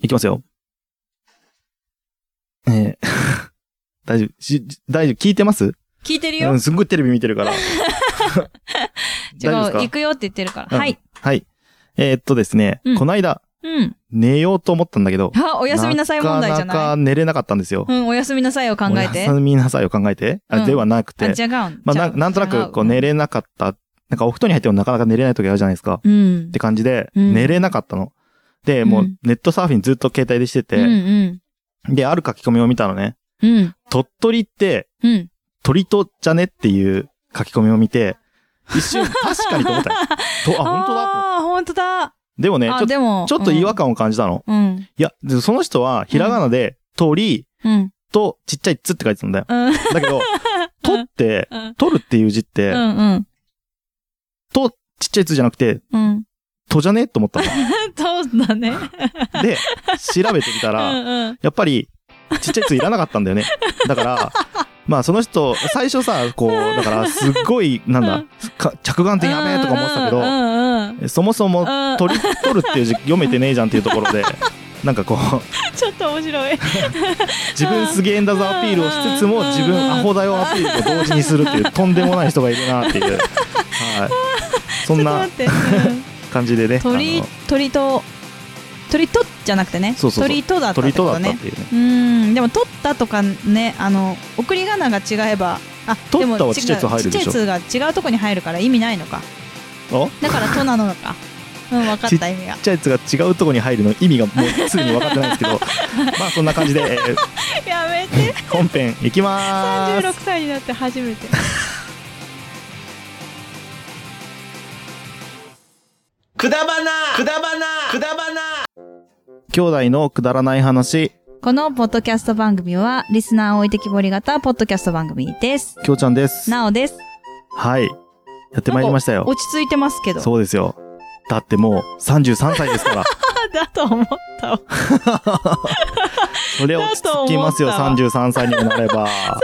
いきますよ。えー 大丈夫し大丈夫聞いてます聞いてるうよ。ん、すっごいテレビ見てる から。 違う、大丈夫ですか行くよって言ってるから。うんはい。はい。えーっとですね、うんこないだうん。寝ようと思ったんだけど、あ、おやすみなさい問題じゃなかななかい寝れなかったんですよ。うん、おやすみなさいを考えておや。すみなさいを考えて、あうんではなくてあ、、違うん。まあじゃな、なんとなくこう違寝れなかった。なんかお布団に入ってもなかなか寝れない時あるじゃないですか。うっん。て感じで、うん寝れなかったの。で、もううんネットサーフィンずっと携帯でしてうん、うて、ん。で、ある書き込みを見たのね。うん。鳥取ってうん。鳥とじゃねっていう書き込みを見て、一 瞬確かにと思ったよ。とあ、本当だと思って。あー本当だ。でもね、ちょあ、っとでも。ちょっと違和感を感じたの。うん。うん。いや、でその人はひらがなで鳥うん。とちっちゃいつって書いてたんだよ。うん。だ けど、とって、うん。取るっていう字って、うん。とちっちゃいつじゃなくて、うん。とじゃねえと思ったの。そうだね。で、調べてみたうら、んうん。やっぱり、ちっちゃいついらなかったんだよね。だから、まあその人、最初さ、こう、だからすっごい、なんうだん、か着眼点やべえとか思ってたけうんど、うんうんうん。そもそもうん、取り取るっていう字読めてねえじゃんっていうところで、 なんかこう、ちょっと面白い。自分すげえんだぞアピールをしつつも、うん自分アホだよアピールを同時にするっていう、とんでもない人がいるな っていう。はい。そんなちょっと待って。うん感じでね。鳥あの鳥と鳥とじゃなくてねそうそうそう鳥とだったっ鳥てとこだとったっねていうね。うんでも「取った」とかねあの送り仮名が違えばあ取ったはちっちゃいやつ入るでしょちっちゃいやつが違うとこに入るから意味ないのかおだから「と」なの かうん分かった意味がちっちゃいやつが違うとこに入るの意味がもうすでに分かってないんですけ どまあそんな感じで、えーやめて本編いきまーす36歳になって初めてくだばなくだばなくだばな兄弟のくだらない話このポッドキャスト番組はリスナー置いてきぼり型ポッドキャスト番組ですきょうちゃんですなおですはいやってまいりましたよ落ち着いてますけどそうですよだってもう33歳ですから だと思ったわそれは落ち着きますよだと思33歳にもなればそ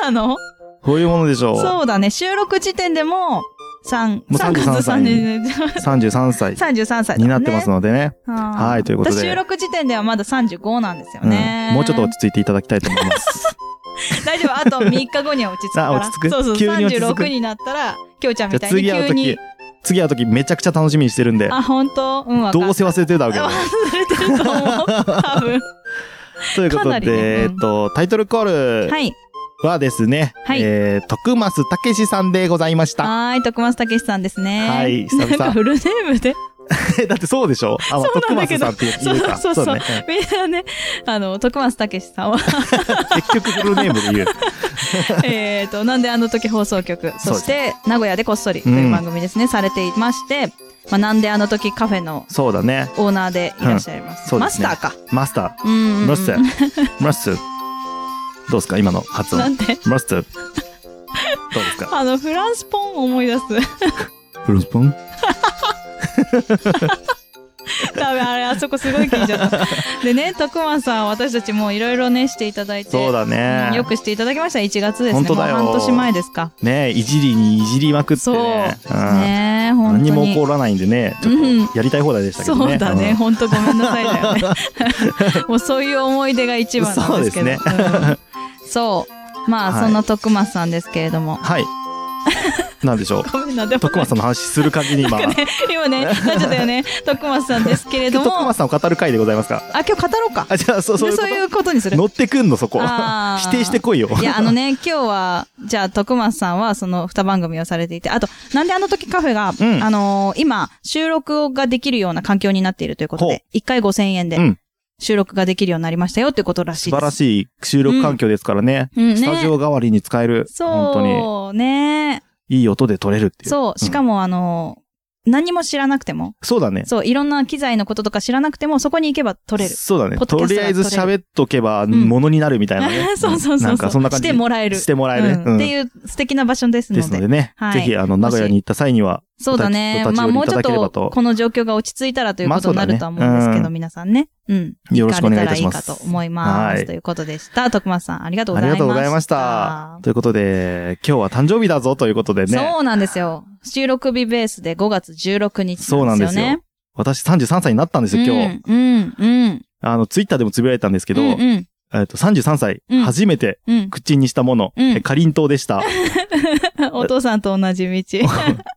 うなのそういうものでしょうそうだね。収録時点でも、三もう三33歳年で 33歳33歳だもんね。になってますのでねははいということで私収録時点ではまだ35なんですよね。うん、もうちょっと落ち着いていただきたいと思います。大丈夫。あと3日後には落ち着くか らあ落ち着くそうそう。急に落ち着く36になったら、きょうちゃんじゃ みあたい次に会う急に時。次会う時めちゃくちゃ楽しみにしてるんであ、本当うん、わかどうる。せ忘れてたわけどね忘れてると思う。多 分。というこかとなで、りねえっと、タイトルコールはい。はですね、はいえー、徳増たけしさんでございました。はーい。徳松たけしさんですね。はい久な々んかフルネームで、 だってそうでしょあ、まあそうなんだけど徳増さんって言う言うか。 そうそうそうだねみんなね、あの、徳松たけし さんうは、ん結局フルネームで言う。えーと、なんであの時放送局、そして、名古屋でこっそりという番組ですね、されていまして、まあ、なんであの時カフェのそうだね。オーナーでいらっしゃいます。うんそうマですスねターか。マスタうんうんー。うんマスター。 マスター。どうですか今の発な音。んで、マスター。どうですかあの、フランスポンを思い出す。 フルスポンダメ、あれ、あそこすごい聞いち ゃった。でね、徳間さん、私たちもいろいろね、していただいて。そうだね。うんよくしていただきました。1月ですね。本当だよもう半年前ですか。ねいじりにいじりまくってそう。ね。うんねえ、本当何に。も起こらないんでね、ちょっとやりたい放題でしたけどね。そうだね、うんほんとごめんなさい だよね。もうそういう思い出が一番なんですけど。そうですうんそう。まあ、はいそんな徳松さんですけれども。はい。 なんでしょうごめんな、でも、徳松さんの話する感じに今。今ね、なっちゃったよね。徳松さんですけれど徳も。あ松、さんを語る回でございますか今日語ろうか。あ、じゃあ、そう、そういうでことそういうことにする。乗ってくんの、そこ。あー否定してこいよ。いや、あのね、今日は、じゃあ、徳松さんは、その、二番組をされていて、あと、なんであの時カフェが、うんあのー今、収録ができるような環境になっているということほうで、一回5000円でうん、収録ができるようになりましたよということらし素いです。晴らしい収録環境ですからね。うんねスタジオ代わりに使える。本当に。そうね。いい音で撮れるっていう。そうそう。しかも、あの、何も知らなくても、だね。そう、いろんな機材のこととか知らなくても、そこに行けば撮れる。そうだね。ポッドキとャストりがあ撮えれずる喋っとけば、ん。物になるみたいなね そうそうそうそう。なんかそんな感じ。してもらえる。してもらえるねうんうんっていう素敵な場所ですのでで。すのでね。はいぜひ、あの、名古屋に行った際には、そうだねお。立ちまあ、おもう立ちち寄ょりいただっければとと、この状況が落ち着いたらというまあことになるとは思うんですけそうど、だねうん皆さんね。うん。よろしくお願いいたします行かれらいいかと思います。はいということでした。徳松さん、ありがとうあござりがいました。とうございました。ということで、今日は誕生日だぞということでね。そうなんですよ。収録日ベースで5月16日なんですよね。そうなんですよ私33歳になったんですよ、今日。日。うん、うん、あの、ツイッターでもつぶやいたんですけど、うんうんえっと、33歳、うん初めてうん、口にしたもの、うんえかりんとうで した。お父さんと同 じ道。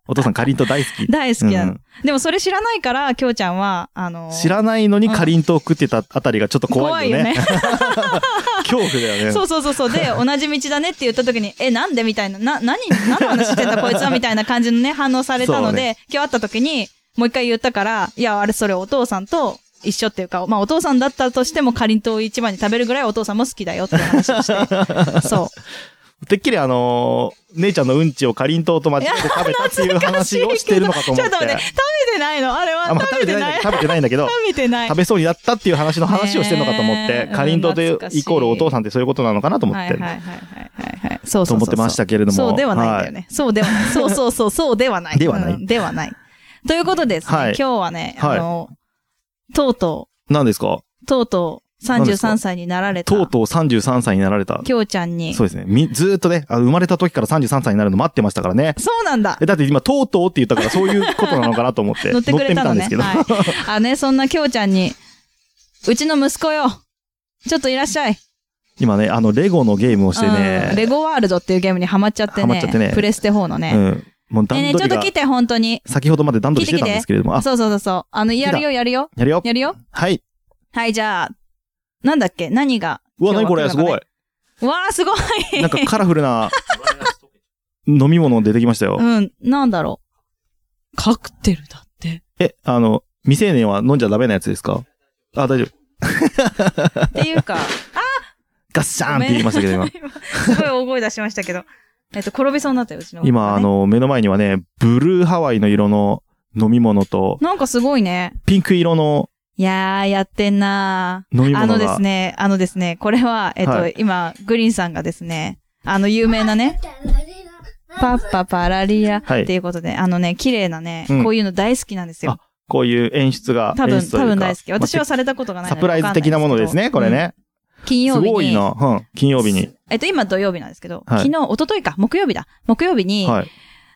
お父さんかりんとう大好き。大好きなの。うんでもそれ知らないから、きょうちゃんは、あのー知らないのにかりんとう食ってたあたりがちょっと怖いよね。怖いよね 恐怖だよね。そうそうそうそう。で、同じ道だねって言った時に、え、なんでみたいな、な、何、何の話してんだこいつはみたいな感じのね、反応されたのそうで、ね今日会った時に、もう一回言ったから、いや、あれそれお父さんと一緒っていうか、まあお父さんだったとしても、かりんとう一番に食べるぐらいお父さんも好きだよって話をして。そう。てっきりあのー姉ちゃんのうんちをかりんとうと間違えて食べたっていう話をしてるのかと思って。ちょっと待って、食べてないのあれはあ、まあ、食食べべててなないい。食べてないんだけど、食べてない食。べそうになったっていう話の話をしてるのかと思ってね、えかりんとうという懐かしいイコールお父さんってそういうことなのかなと思はっいはてい。はいはいはいはい。そうそうそうそうと思ってましたけれどもそうではないんだよね。そうではない。そうそうそう、そうではない。ではないうんではない。ということでですね、はい今日はね、はいあの、とうと何ですかう、とうとう何ですか33歳になられた、とうとう33歳になられた。きょうちゃんに。そそうですね。みずーっとね、あの生まれた時から33歳になるの待ってましたからね。うなんだ。えだって今、とうとうって言ったからそういうことなのかなと思って。 乗ってくれたの乗ね。ってみたんですけど。はい。あ、ね、そんなきょうちゃんに、うちの息子よ、ちょっといらっしゃい。今ね、あの、レゴのゲームをしてうんレね。ゴワールドっていうゲームにハマっちゃってハマね。っちゃってねプレステ4のうね。ん。もうねえね段えちょ取っりとが来、て、本当に。先ほどまで段取りしてたんですけれども。あ、そうそうそうそう。あの、やるよ、やるよ。やるよ。やるよ。はい。はい、じゃあ、なんだっけ何が。うわ、今日何はこれ来するのかごねい。わあ、すごい。なんかカラフルな飲み物出てきましたよ。うん、なんだろう。カクテルだって。え、あの、未成年は飲んじゃダメなやつですかあ、大丈夫。っていう か、ガッシャーンって言いましたけど、 今。すごい大声出しましたけど。えっと、転びそうになったよ、うちの、今、あ。の、目の前にはね、ブルーハワイの色の飲み物と、なんかすごいね。ピンク色のいやー、やってんな飲みー。あの物ですが、ね、あのですね、これは、えっと、は今、グリーンさんがですね、あの、有名なね、パッパパラリラってはいいうことで、あのね、綺麗なね、うんこういうの大好きなんですよ。こういう演出が、多演分、出という多か分大好き。まあ私はてされたことがないサのでプライズ的なものですね、これ。ね。わかんないですけどすうん金曜ご日いに。な。うん。金曜日に。えっと、今土曜日なんですけど、はい昨日、一昨日か、木曜日だ。木曜日に、はい。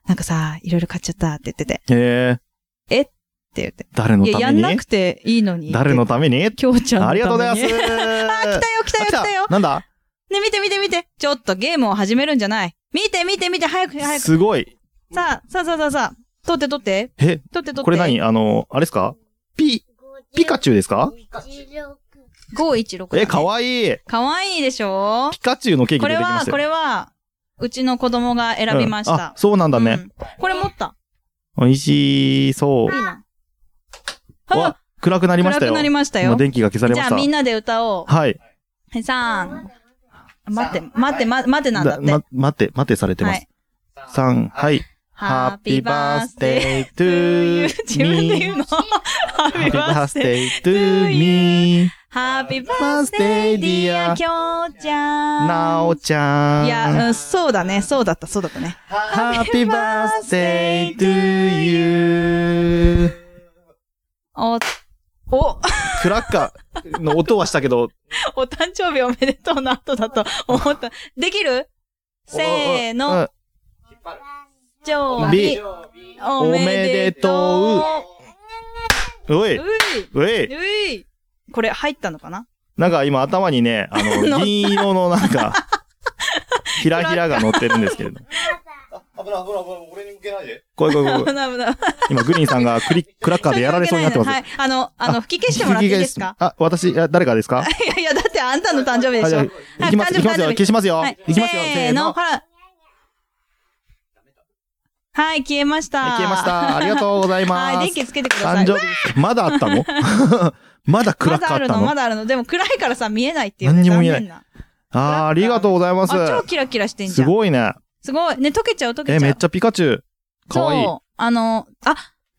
なんかさ、いろいろ買っちゃったって言ってて、ってへえ言って。誰のいや、やたんめなにくていいのに。誰のためにきょうちゃんのありがとうございます。ためにあ、来たよ、来たよ、来たよ。なんだね、見て見て見て。ちょっとゲームを始めるんじゃない。見て見て見て、早く早く。すごい。さあ、さあさあさあさあ。撮って撮って。え、撮って撮って。これ何あの、あれですかピ、ピカチュウですか ?516、え、かわわいい。いい。かわいいでしょピカチュウのケーキこ出てれきましは、たよ。これは、うちの子供が選びましうんあた、。そうなんだうね。んこれ持った。美味しそういい。な。わ、暗くなりましたよ。暗くなりましたよもう電気が消されじまゃした。あみんなで歌おう。はい。はい、さん。待って、待って、ま待ってなんだって。ま、待って、待ってされてまはいす。さん、はい。ハッピーバースデートゥ to you 自分でー言ミうー。のハハッッピピーーババーーススデー。デートゥーミー。ハッピーバースデー、ディア、きょうちゃん。なおちゃん。いや、うん、そうだね、そうだった、そうだったね。ハッピーバースデートゥーユー。お、お、クラッカーの音はしたけど、お誕生日おめでとうの後だと思った。できる せーの、うん、上ビ日、おめでとおう。いうおいい、うい。これ入ったのかななんか今頭にね、あ の、銀色のなんか、ひらひらが乗ってるんですけれど。危ない危ない危ない、俺に向けないで。これこれこ 危れ。ない危ない。今、グリーンさんがクリ クラッカーでやられそうになってます。はい。あの、あ の、吹き消してもらっていいですかあ、私、あ誰かですか いやいや、だってあんたの誕生日でしょ。あいきます、誕生いきますよ。日誕生日消しますよ。はいい、きますよ。せーの、ほら。はい、消えました。消えまし。た。ありがとうございます。はい、電気つけてくださ誕い。生日、まだあったの まだクラまッカーあだあっるたの、のまだあるの。でも暗いからさ、見えないっていうね。何にも見えない残念な。あーありがとうございまあ、超す。キラキラしてんじすゃん。ごいね。すごい。ね、溶けちゃう、溶けちゃう。え、めっちゃピカチュウ。かわいい。そう。あの、あ、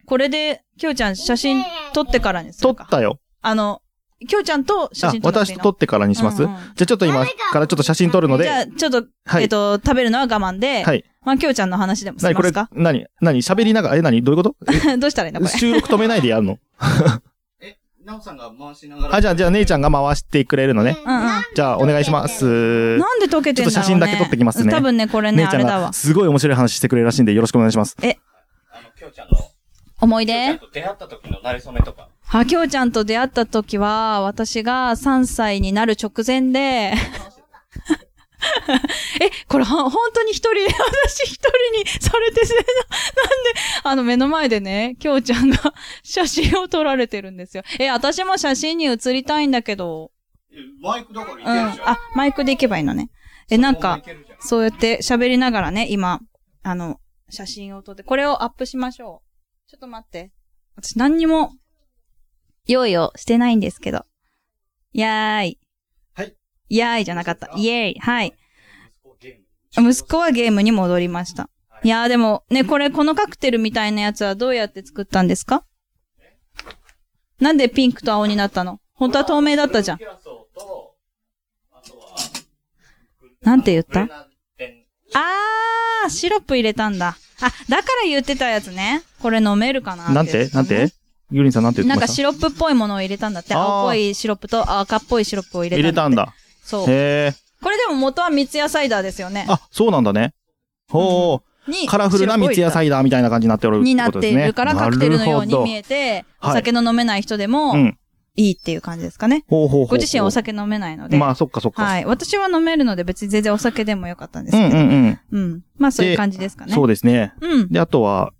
これで、きょうちゃん写真撮ってからにす撮るっか。たよ。あの、きょうちゃんと写あ真、撮って私と撮ってからにします、うんうんじゃあちょっと今からちょっと写真撮るのじで。ゃあ、ちょっと、はいえっと、食べるのは我慢で、はい。まあ、きょうちゃんの話でもし何まこれすか、何何喋りながら、え、何どういうことえ どうしたらいいのこれ。収録止めないでやる のなおさんが回しながら。あ、じゃあ、じゃあ姉ちゃんが回してくれるのね。うん うん。じゃあ、お願いします。なんで溶けてちょっんだろう、ね、と写真だけ撮ってきますね多分ね、これね、姉あちゃんれだがわ。すごい面白い話してくれるらしいんでよろしくお願いします。あの、きょうちゃんの、思いきょうちゃん出と出会った時の馴れ初めとか。はきょうちゃんと出会った時は、私が3歳になる直前で、 え、これほん、本当に一人 で、私一人にされてせな、なんで、あの目の前でね、きょうちゃんが写真を撮られてるんですよ。え、私も写真に写りたいんだけど、マイクだからういん。けるじゃん。あ、マイクで行けばいいのね。え、なんかい、けるじゃん、そうやって喋りながらね、今、あの、写真を撮って、これをアップしましょう。ちょっと待って。私何にも、用意をしてないんですけど。やーい。はい。やーいじゃなかった。イエーイ。はい。息子ゲーム息子はゲームに戻りました。いやーでも、ね、これ、このカクテルみたいなやつはどうやって作ったんですかなんでピンクと青になったの本当は透明だったじゃん。キュラソーとあとはなんて言ったブレナデあー、シロップ入れたんだ。あ、だから言ってたやつね。これ飲めるかななんてなんてゆりんさんなんて言っなてんまかしシロップっぽいものを入れたんだって。あー青っぽいシロップと赤っぽいシロップを入たれた入れたんだ。そう。へえ。これでも元は三ツ矢サイダーですよね。あ、そうなんだね。ほう。にカラフルな三ツ矢サイイダーみたいな感じになっておるにっなてこっとてですいね。るから、カクテルのように見ええて、はいお酒の飲めない人でもうん。いいっていう感じですかね。ほうほうほうほう。ご自身お酒飲めないので。まあ、そっかそっか。はい。私は飲めるので別に全然お酒でもよかったんですうんけうど。んうん。まあそういう感じですかうん。ねそ。うですね。うん。で、あとは、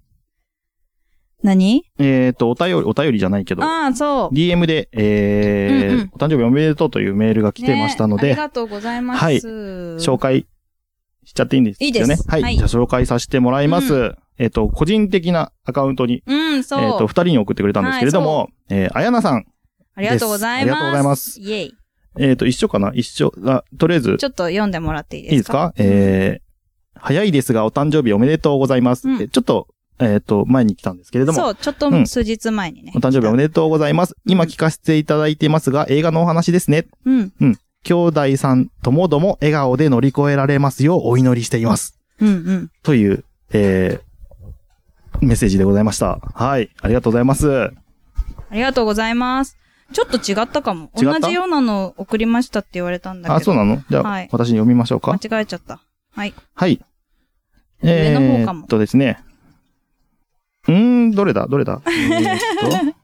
何えっと、お便り、お便りじゃないけど、ああ、そう。 DM で、えうんうーんお誕生日おめでとうというメールが来てましたのねあでり、がとうございます。はい紹紹介しちゃっていいんですよね。いいですはい。はいじゃあ紹介させてもらいます。えっ、と、個人的なアカウントに、うん、えっ、そう。と、二人に送ってくれたんですけれども、えー、あやなさん、ありがとうござですあいます。りがとうございますイェイ。えっ、と、一緒かな一緒、あ、とりあえず、ちょっと読んでもらっていいいいでですすかかえー、早いですが、お誕生日おめでとうございます。うんえちょっと、えっ、と、前に来たんですけれども、そう、ちょっとうん数日前にね。お誕生日おめでとうございます。今聞かせていただいていますが、映画のお話ですね。うん。兄弟さんともども笑顔で乗り越えられますようお祈りしています。うんうん。という、えー、メッセージでございました。はい。ありがとうございます。ありがとうございます。ちょっと違ったかも。違っ同たじようなの送りましたって言われたんだけど。あ、そうなのじゃあ、はい私に読みましょうか。間違えちゃった。はい。はい。上の方かもえーっとですね。うーん、どれだどれだえーっと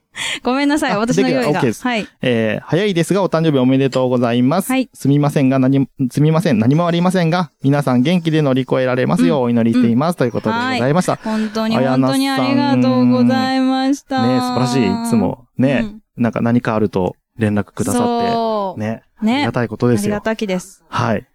ごめんなさい。あ私のできた用意が。 OK ですはい。えー早いですが、お誕生日おめでとうございます。はいすみませんが、何も、すみません、何もありませんが、皆さん元気で乗り越えられますよう、お祈りしています、ということでございました。本当にあやなさん本当にありがとうございました。ね素晴らしい、いつも。ね、なんか何かあると連絡くださそって。う。ね。ありねが。たいことあですりよが。たきです。はい。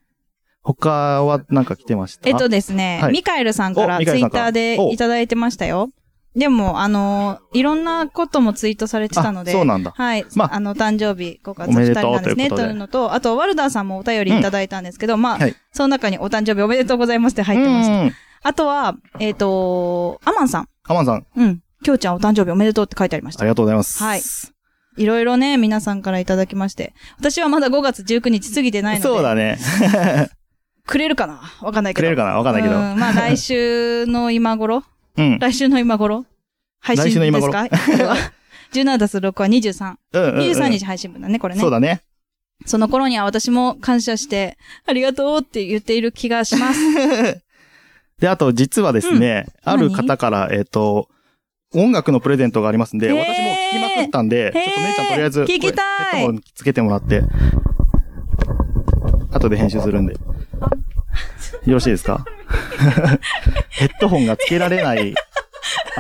他はなんか来てましたえっとですね、はいミカエルさんからおツイミカエルさッんからターでいただいてましたよ。でも、あのー、いろんなこともツイートされてたので、あそうなんだ。はい。まああの、誕生日、5月おめ2で人とうなんですね、ということとでいうのと、あと、ワルダーさんもお便りいただいたんですけど、まあ、はいその中にお誕生日おめでとうございますって入ってました。うん。あとは、えっ、とアマンさん。アマンさん、うん。きょうちゃんお誕生日おめでとうって書いてありましあたり。がとうございます。はい。いろいろね、皆さんからいただきまして。私はまだ5月19日過ぎてないので、そうだね。くれるかなわかんないけくど。れるかなわかんないけど。うん、まあ来週の今頃うん。来週の今頃配信来週の今頃です か ?17 たす6は23。うんうんうん。 23日配信分だね、これね。そうだね。その頃には私も感謝して、ありがとうって言っている気がします。 で、あと、実はですね、うんある方から、えっ、と、音楽のプレゼントがありますんで、へー私も聞きまくったん で、ちょっと姉ちゃんとりあえず、聞きたいこれヘッドホンつけてもらって、後で編集するんで。よろしいですか ヘッドホンがつけられ ない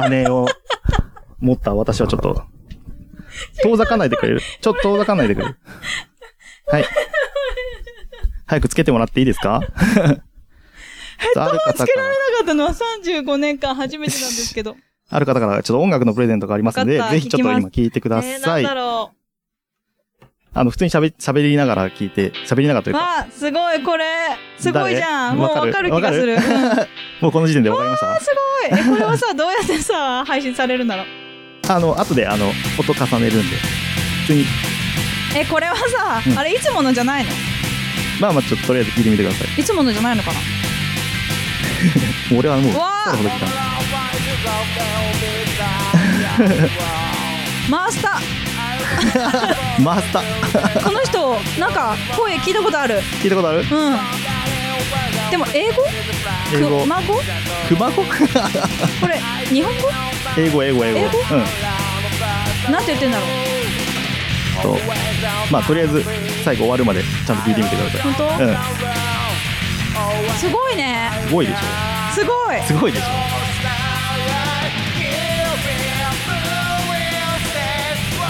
姉を持った私はちょっと、遠ざかないでくれ るちょっと遠ざかないでくれるはい。早くつけてもらっていいですか ヘッドホンつけられなかったのは35年間初めてなんです けど。ある方からちょっと音楽のプレゼントがありますのでわかっ、たぜひちょっと今聞いてくだえー、なさんい。だろ。あの、普通に喋喋りながら聞いて、喋りながらといううか、わあ、すごい、これ、すごいじゃん。誰もうわかる気がする。わうんかすもうこの時点でわかりましごい。 え、これはさ、どうやってさ、配信されるんだろう。た。あの、後で、あの、音重ねるんで、普通に、え、これはさ、うんあれ、いつものじゃないのまあまあ、ちょっととりあえず聞いてみてください。いつものじゃないのかなもう俺はもう、うわさほど聞かないマースタ マスター、 ー。この人、なんか、声聞いたことある。聞いたことあるうん。でも、英語英語く。ま語熊子 これ、日本語英語、英語、英語。英語うなんて言ってんだろうとまあとりあえず最後終わるまでちゃんと聞いてみてください本当、うんすごいねすごいでしすごいょすごいでしょ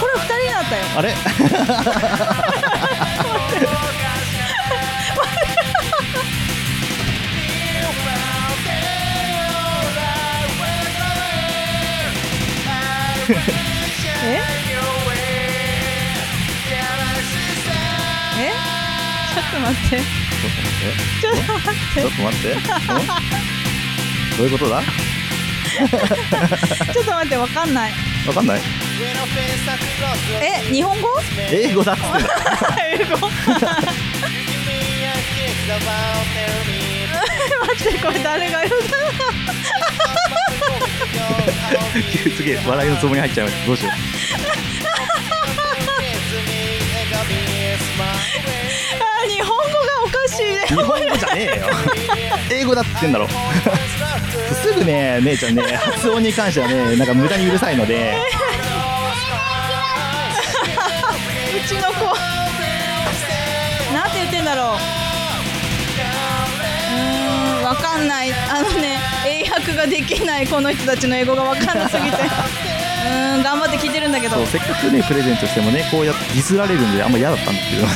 これ二人になったよあれ ええちょっと待ってちょっと待っちょっと待ってちょっと待ってんどういうことだ てちょっと待ってわかんないわかんないえ日本語 英語だっつってんだ英語待ってこれ誰が歌うすげえ笑いのつもり入っちゃいましたどうしようあ 日本語がおかしいね日本語じゃねえよ英語だっつってんだろ すぐね姉ちゃん ね発音に関してはねなんか無駄にうるさいのでうちの子なんて言ってんだろううーんわかんないあのね英訳ができないこの人たちの英語がわかんなす ぎてうーん頑張って聞いてるんだけどそうせっかくねプレゼントしてもねこうやってディスられるんであんま嫌だったんですけど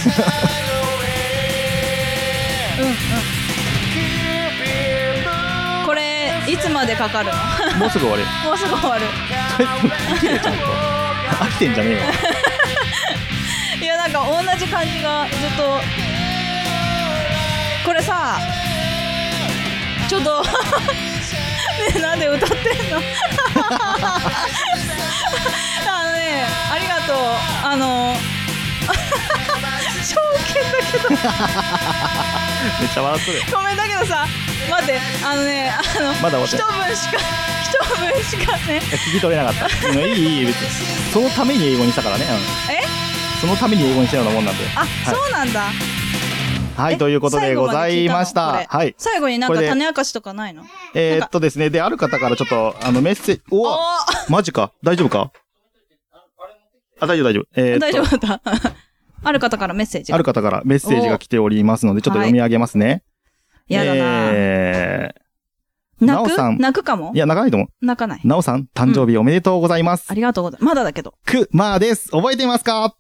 これいつまでかかる の もうすぐ終わるもうすぐ終わる切れちゃんと飽きてんじゃねえよいやなんか同じ感じがずっとこれさちょっとねえなんで歌ってんの あのねありがとうあの 証券だけめっちゃ笑っとるどごめんだけどさ待ってあのねあのまだ終わって一な文しか一文しかね聞き取れなかったうんいいいい別にそのために英語にしたからねうんえそのために英語にしたようなもんなんであ、はいそうなんだはいえということでございまし最後たで聞いのこれはい最後になんこかれで種明かしとかないのえーっとですねである方からちょっとあのメッセージおおわマジか大丈夫かあ大丈夫大丈夫えーっと大丈夫だ った。ある方からメッセージが。ある方からメッセージが来ておりますので、ちょっと読み上げますね。やだな、えなお泣さくん泣くかもー、いや、泣かないと思う。泣かない。なおさん、誕生日おめでとうございます。ありがとうございます。まだだけど。く、まーです。覚えてますか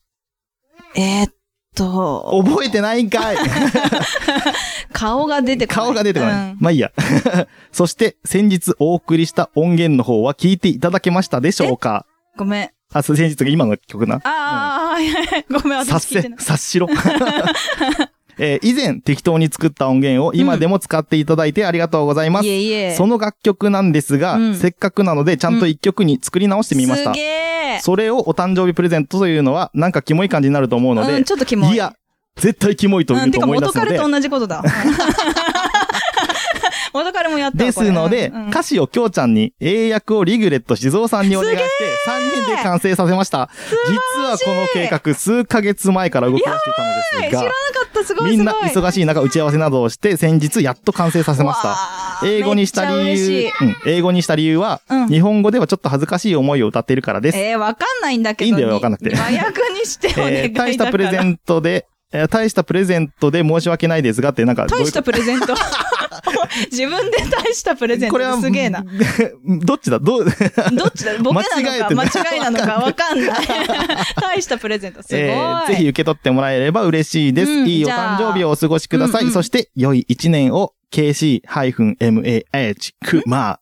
えーっと、覚えてないん かい顔が出てこない。顔が出てこうないん。まあいいや。 そして、先日お送りした音源の方は聞いていただけましたでしょうかごめん。あ、そう先日が今の曲な。あー、はいはいはいごめん、察私聞いてせな、い。察 しろ。えー以前適当に作った音源を今でも使っていただいてありがとうございますい。えいえ。その楽曲なんですが、うんせっかくなのでちゃんと一曲に作り直してみました。すげえ。それをお誕生日プレゼントというのは、なんかキモい感じになると思うので、うん、ちょっとキモい。いや、絶対キモいとういん、うてとか思い出元すの彼でと、同 じことだ。元彼もやったわでこれすので、うんうん歌詞をきょうちゃんに、英訳をリグレット静雄さんにお願いして、3人で完成させました。実はこの計画、数ヶ月前から動き出していたのはでいす知らながか、った、すごいみすごい。んな忙しい中、打ち合わせなどをして、先日やっと完成させました。た英語にした理由、うん、英語にした理由は、うん日本語ではちょっと恥ずかしい思いを歌っているからです。えー、わかんないんだけど。いいんだよわかんなくて麻薬にしてお願いだえかーら。大したプレゼントで、えー大したプレゼントで申し訳ないですがって、なんかどういう大したプレゼント。 自分で大したプレゼンこれト。は、すげえな。 どっちだどう、どっちだボケ なのか間間違えてない違いなのかわか んない。大したプレゼント。すごい。えーぜひ受け取ってもらえれば嬉しいです。うんいいおじゃあ誕生日をお過ごしください。うんうんそして、良い一年を KC-MAH クマ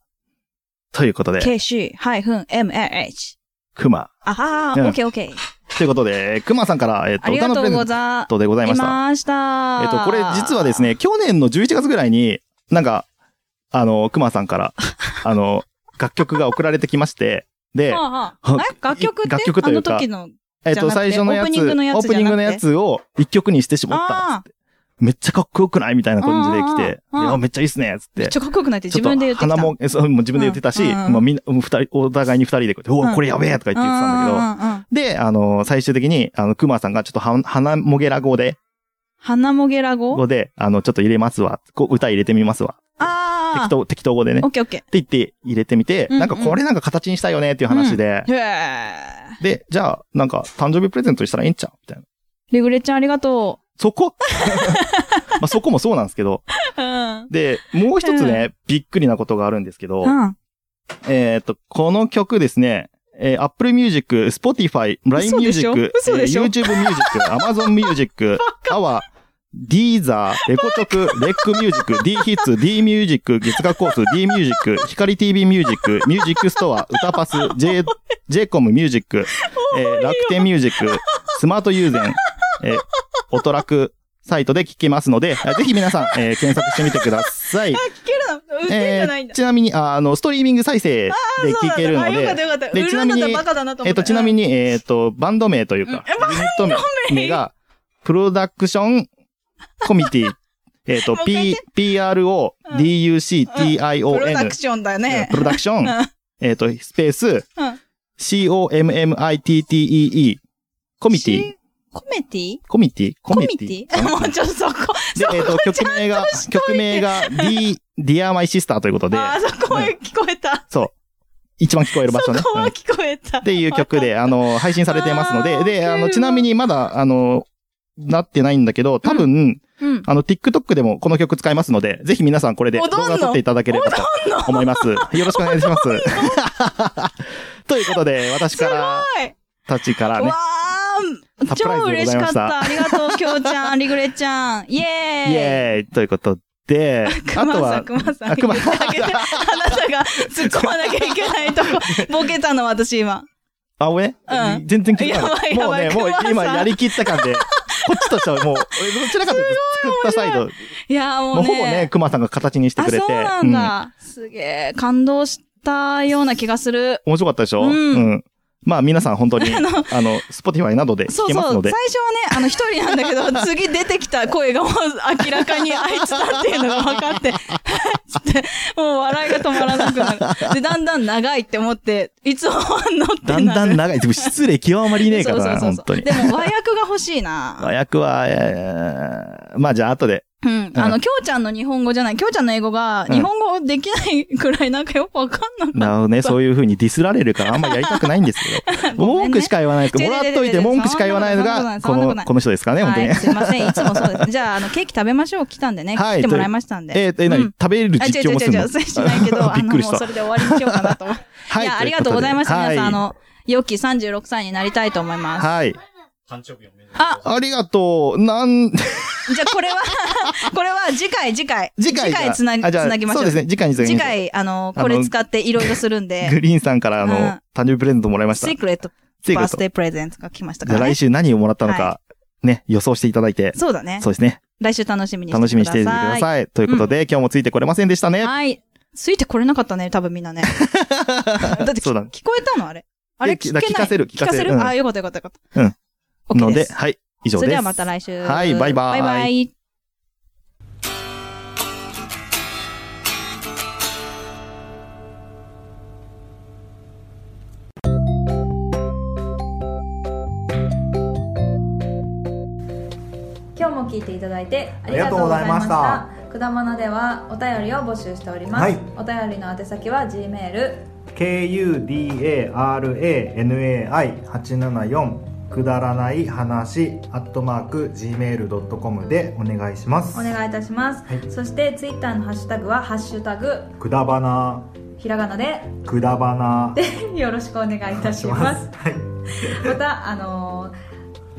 ということで、 KC-MAH。クマあはうー、んオッケーオッケー。ということで、クマさんから、えっ、あと、り歌がのとプレうゼごンざトでございいました。ました。えっ、と、これ実はですね、去年の11月ぐらいに、なんか、あの、クマさん から、あの、楽曲が送られてきまして、で、はあはあ。え楽曲って楽曲というかあの時の。えっ、と、じゃなくて最初のやつ、オープニングのやつオープニングのやつを一曲にして絞ったっあつって。めっちゃかっこよくないみたいな感じで来て、うんうんうんいやめっちゃいいっすねっつっ。めってちょかっこよくないってち自ょっ分で言とってきた。鼻も、えそう、もう自分で言ってたし、うんうんうんまあみんな、うん二人、お互いに二人でこうやって、おうんお、これやべえとか言って言ってたんだけど、だけど。で、あの、最終的に、あの、熊さんがちょっとは、鼻もげら語で、鼻もげら語語で、あの、ちょっと入れますわ。こう歌入れてみますわ。ああ適当、適当語でね。オっッケーオッケて言って入れてみて、うんうんなんかこれなんか形にしたいよねっていう話で、ー。へえ。で、じゃあ、なんか誕生日プレゼントにしたらええんちゃうみたいな。リグレちゃんありがとそ こまあそこもそうなんですけど。う。うん。で、もう一つね、びっくりなことがあるんですけど、うん。えーっと、この曲ですね、えー、Apple Music、Spotify、LINE 嘘でしょ Music、え嘘ーでしょ YouTube Music、Amazon Music、Our、Deezer、レコチョク、レックミュージック、D ヒッツ、D ミュージック、月額コース、D ミュージック、光 TV ミュージック、ミュージックストア、歌パス、J、JCOM ミュージック、えー、楽天ミュージック、スマートユーゼン、えー、オトラクサイトで聴けますので、えーぜひ皆さん、えー検索してみてください。聞けるな。売ってんじゃないんだ。ちなみに、ああの、ストリーミング再生で聞けるのあよかったで、よかった。売でるんだったらバカだなと思って。えっと、ちなみに、えっと、バンド名というか、ユニット名が、プロダクションコミテ ィ、えっともう、一回言 P、プロダ PRODUCTION ク、ションだうんねプ。ロダクションうん、えっと、スペースうん、 COMMITTEE、コミティ、し。コメティコミティ、ココミミテティィ。もうちょっとそこ。で、えっと、曲名が、曲名が D、Dear My Sister ということで、ああ、そこへ聞こえた。一番聞こえる場所ね。そこうんは聞こえた。っていう曲 で、あの、配信されてますのあで、ーで、あウケの、るちなみにまだ、あの、なってないんだけど、多分、うん。あの、TikTok でもこの曲使いますので、ぜひ皆さんこれで動踊んの画撮っていただければと思います。よろしくお願いし ます。ということで、私から、はい。たちからねわ、ーサプライ超ズでご嬉ざしいまかっ。したたありがとう、きょうちゃん、リグレちゃん。イエーイエーイということで、あと熊さん、は、熊さん。あ言熊ってあげて。あなたが突っ込まなきゃいけな いとこ、ボケたの、私今。あ、俺、うん全然気づかなかった。やもうばね、いやばいもう熊さん今やりきった感で、こっちとしてはもう、どちらかというと作ったサイド、いやーもうもね。うほぼね、熊さんが形にしてあ、くれて。そうなんだ。すげえ、感動したような気がする。面白かったでしょううんん。まあ皆さん本当に、 ああのの、Spotify などで聞そうけそまう。最す初はのでね。、あの、一人なんだ けど、次出てきた声がもう明らかにあいつだっていうのが分かって、 つって、もう笑いが止まらなくなる。で、だんだん長いって思って、いつも反応ってなだるんだん長い。でも失礼極まりねえからな、本当にで。も和訳が欲しいな。和訳は、えーまあじゃあ後で。うん。あの、きょうちゃんの日本語じゃない、きょうちゃんの英語が、うん日本語できないくらいなんかよくわかんなかった。なるほどね、そういう風にディスられるからあんまやりたくないんですけど。 ごめんね文句しか言わないですけど、もらっといて文句しか言わないのが、そこんなことないそんなことなの、いこの人ですからね、本当にはい、。すいません。いつもそう です。じゃあ、あの、ケーキ食べましょう。来たんでね。はい来てもらいましたんで。えー、え、う何ん食べるあ、違う実況違うもする違のう、それしないけ ど、あびっの、くもうりしたそ。れで終わりにしようかなと 思う。はいい。や、あとりいがとうございました。皆さん、あはの、良き36歳になりたいと思います。はい。誕生日おめでとう。あ、ありがとう。なん、じゃあ これは、これは次回、次回。次回じゃあ。つなぎ、あじゃあつなぎましょ。そううですね、次回につなぎ次ましょう回、あの、あのこれ使っていろいろするんグで、リーンさんからあの、うん誕生日プレゼントもらいました。シークレットついこバーとスデープレゼントが来ましたじかゃあらね来。週何をもらったのか、はね、予想していただいて。そうだね。そうですね。来週楽しみにしてください。楽しみにしていてください。ということで、今日もついてこれませんでしたね。はい。ついてこれなかったね、多分みん なね。だってきそうだ聞こえたのあれ。あれえ聞けきない。聞かせる聞か聞かせる。せるうんああ、よかったよかったよかった。うん。 OK のでで、す。はい。以上です。それではまた来週。はいバイバイバイバイ。今日も聞いていただいてありがとうございましたくだまなではお便りを募集しております、はいお便りの宛先は G メール kudaranai874 くだらない話アットマーク gmail.com でお願いしますお願いいたします、はいそしてツイッターのハッシュタグは「ハッシュタグくだばなひらがなでくだばな」でよろしくお願いいたしますはいまたあのー